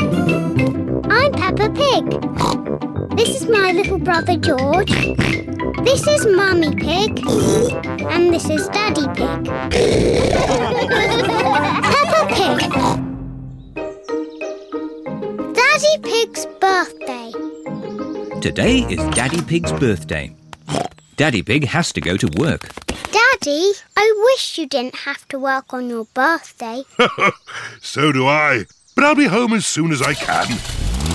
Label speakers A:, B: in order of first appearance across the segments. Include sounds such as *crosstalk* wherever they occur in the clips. A: I'm Peppa Pig. This is my little brother George. This is Mummy Pig. And this is Daddy Pig. *laughs* Peppa Pig. Daddy Pig's birthday.
B: Today is Daddy Pig's birthday. Daddy Pig has to go to work.
A: Daddy, I wish you didn't have to work on your birthday.
C: So do I. But I'll be home as soon as I can.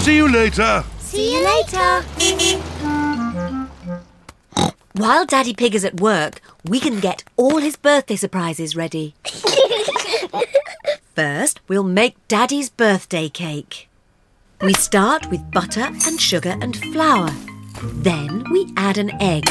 C: See you later.
A: See you later.
D: While Daddy Pig is at work, we can get all his birthday surprises *laughs* ready. First, we'll make Daddy's birthday cake. We start with butter and sugar and flour. Then we add an egg.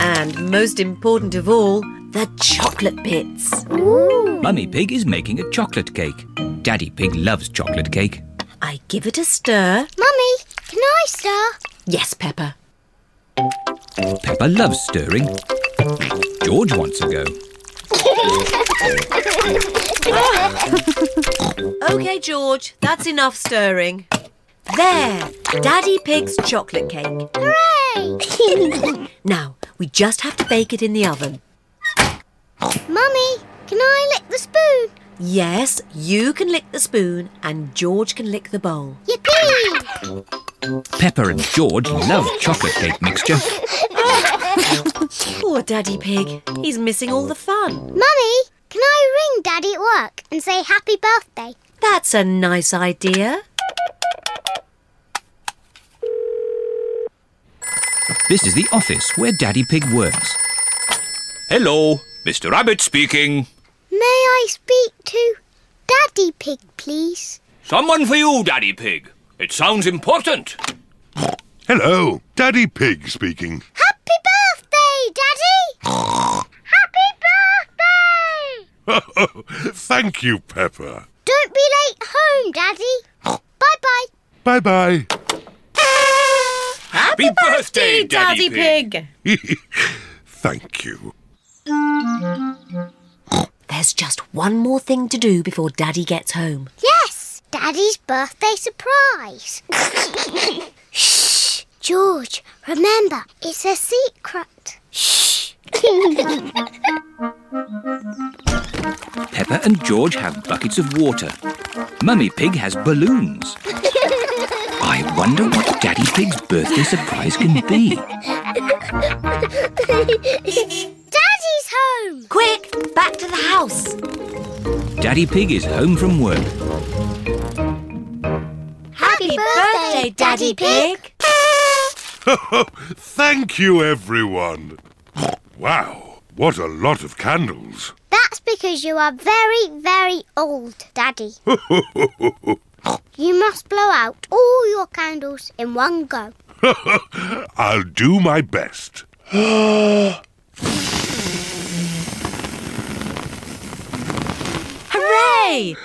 D: And most important of all, the chocolate bits.
B: Mummy Pig is making a chocolate cake. Daddy Pig loves chocolate cake.
D: I give it a stir.
A: Mummy, can I stir?
D: Yes, Pepper.
B: Peppa loves stirring. George wants a go.
D: OK, George, that's enough stirring. There, Daddy Pig's chocolate cake.
A: *laughs* *laughs* Hooray!
D: Now, we just have to bake it in the oven.
A: Mummy, can I lick the spoon?
D: Yes, you can lick the spoon and George can lick the bowl.
A: Yippee!
B: Peppa and George love chocolate cake mixture.
D: Poor Daddy Pig. He's missing all the fun.
A: Mummy, can I ring Daddy at work and say happy birthday?
D: That's a nice idea.
B: This is the office where Daddy Pig works. Hello, Mr. Rabbit speaking.
A: May I speak to Daddy Pig, please?
B: Someone for you, Daddy Pig. It sounds important.
C: Hello, Daddy Pig speaking. *laughs*
A: Happy birthday, Daddy! happy birthday!
C: Thank you, Pepper.
A: Don't be late home, Daddy. bye bye.
C: Bye bye.
B: Happy, birthday,
C: Thank you.
D: There's just one more thing to do before Daddy gets home.
A: Yes, Daddy's birthday surprise. *laughs* Shh, George, remember, it's a secret. Shh. *laughs*
B: Peppa and George have buckets of water. Mummy Pig has balloons. I wonder what Daddy Pig's birthday surprise can be.
A: Daddy's home.
D: Quick, back to the house.
B: Daddy Pig is home from work.
A: Happy birthday, Daddy Pig.
C: Thank you, everyone. Wow, what a lot of candles.
A: That's because you are very, very old, Daddy. you must blow out all your candles in one go.
C: I'll do my best.
A: *laughs*
D: Hooray!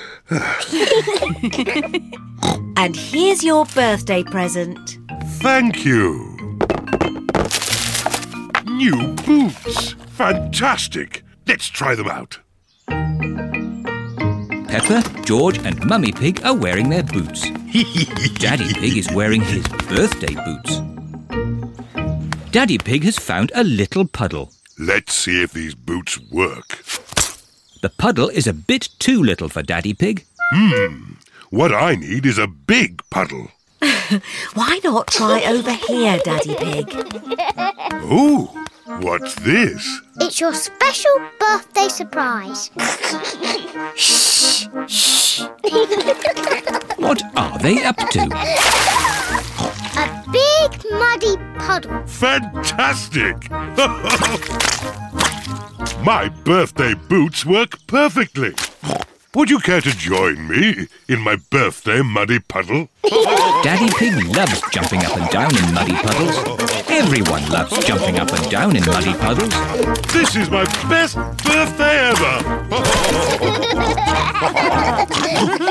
D: and here's your birthday present.
C: Thank you. New boots. Fantastic. Let's try them out.
B: Peppa, George, and Mummy Pig are wearing their boots. Daddy Pig is wearing his birthday boots. Daddy Pig has found a little puddle.
C: Let's see if these boots work.
B: The puddle is a bit too little for Daddy Pig.
C: What I need is a big puddle.
D: Why not try over here, Daddy Pig?
C: Ooh, what's this?
A: It's your special birthday surprise. *laughs*
B: What are they up to?
A: A big muddy puddle.
C: Fantastic! *laughs* My birthday boots work perfectly. Would you care to join me in my birthday muddy puddle?
B: Daddy Pig loves jumping up and down in muddy puddles. Everyone loves jumping up and down in muddy puddles.
C: This is my best birthday ever!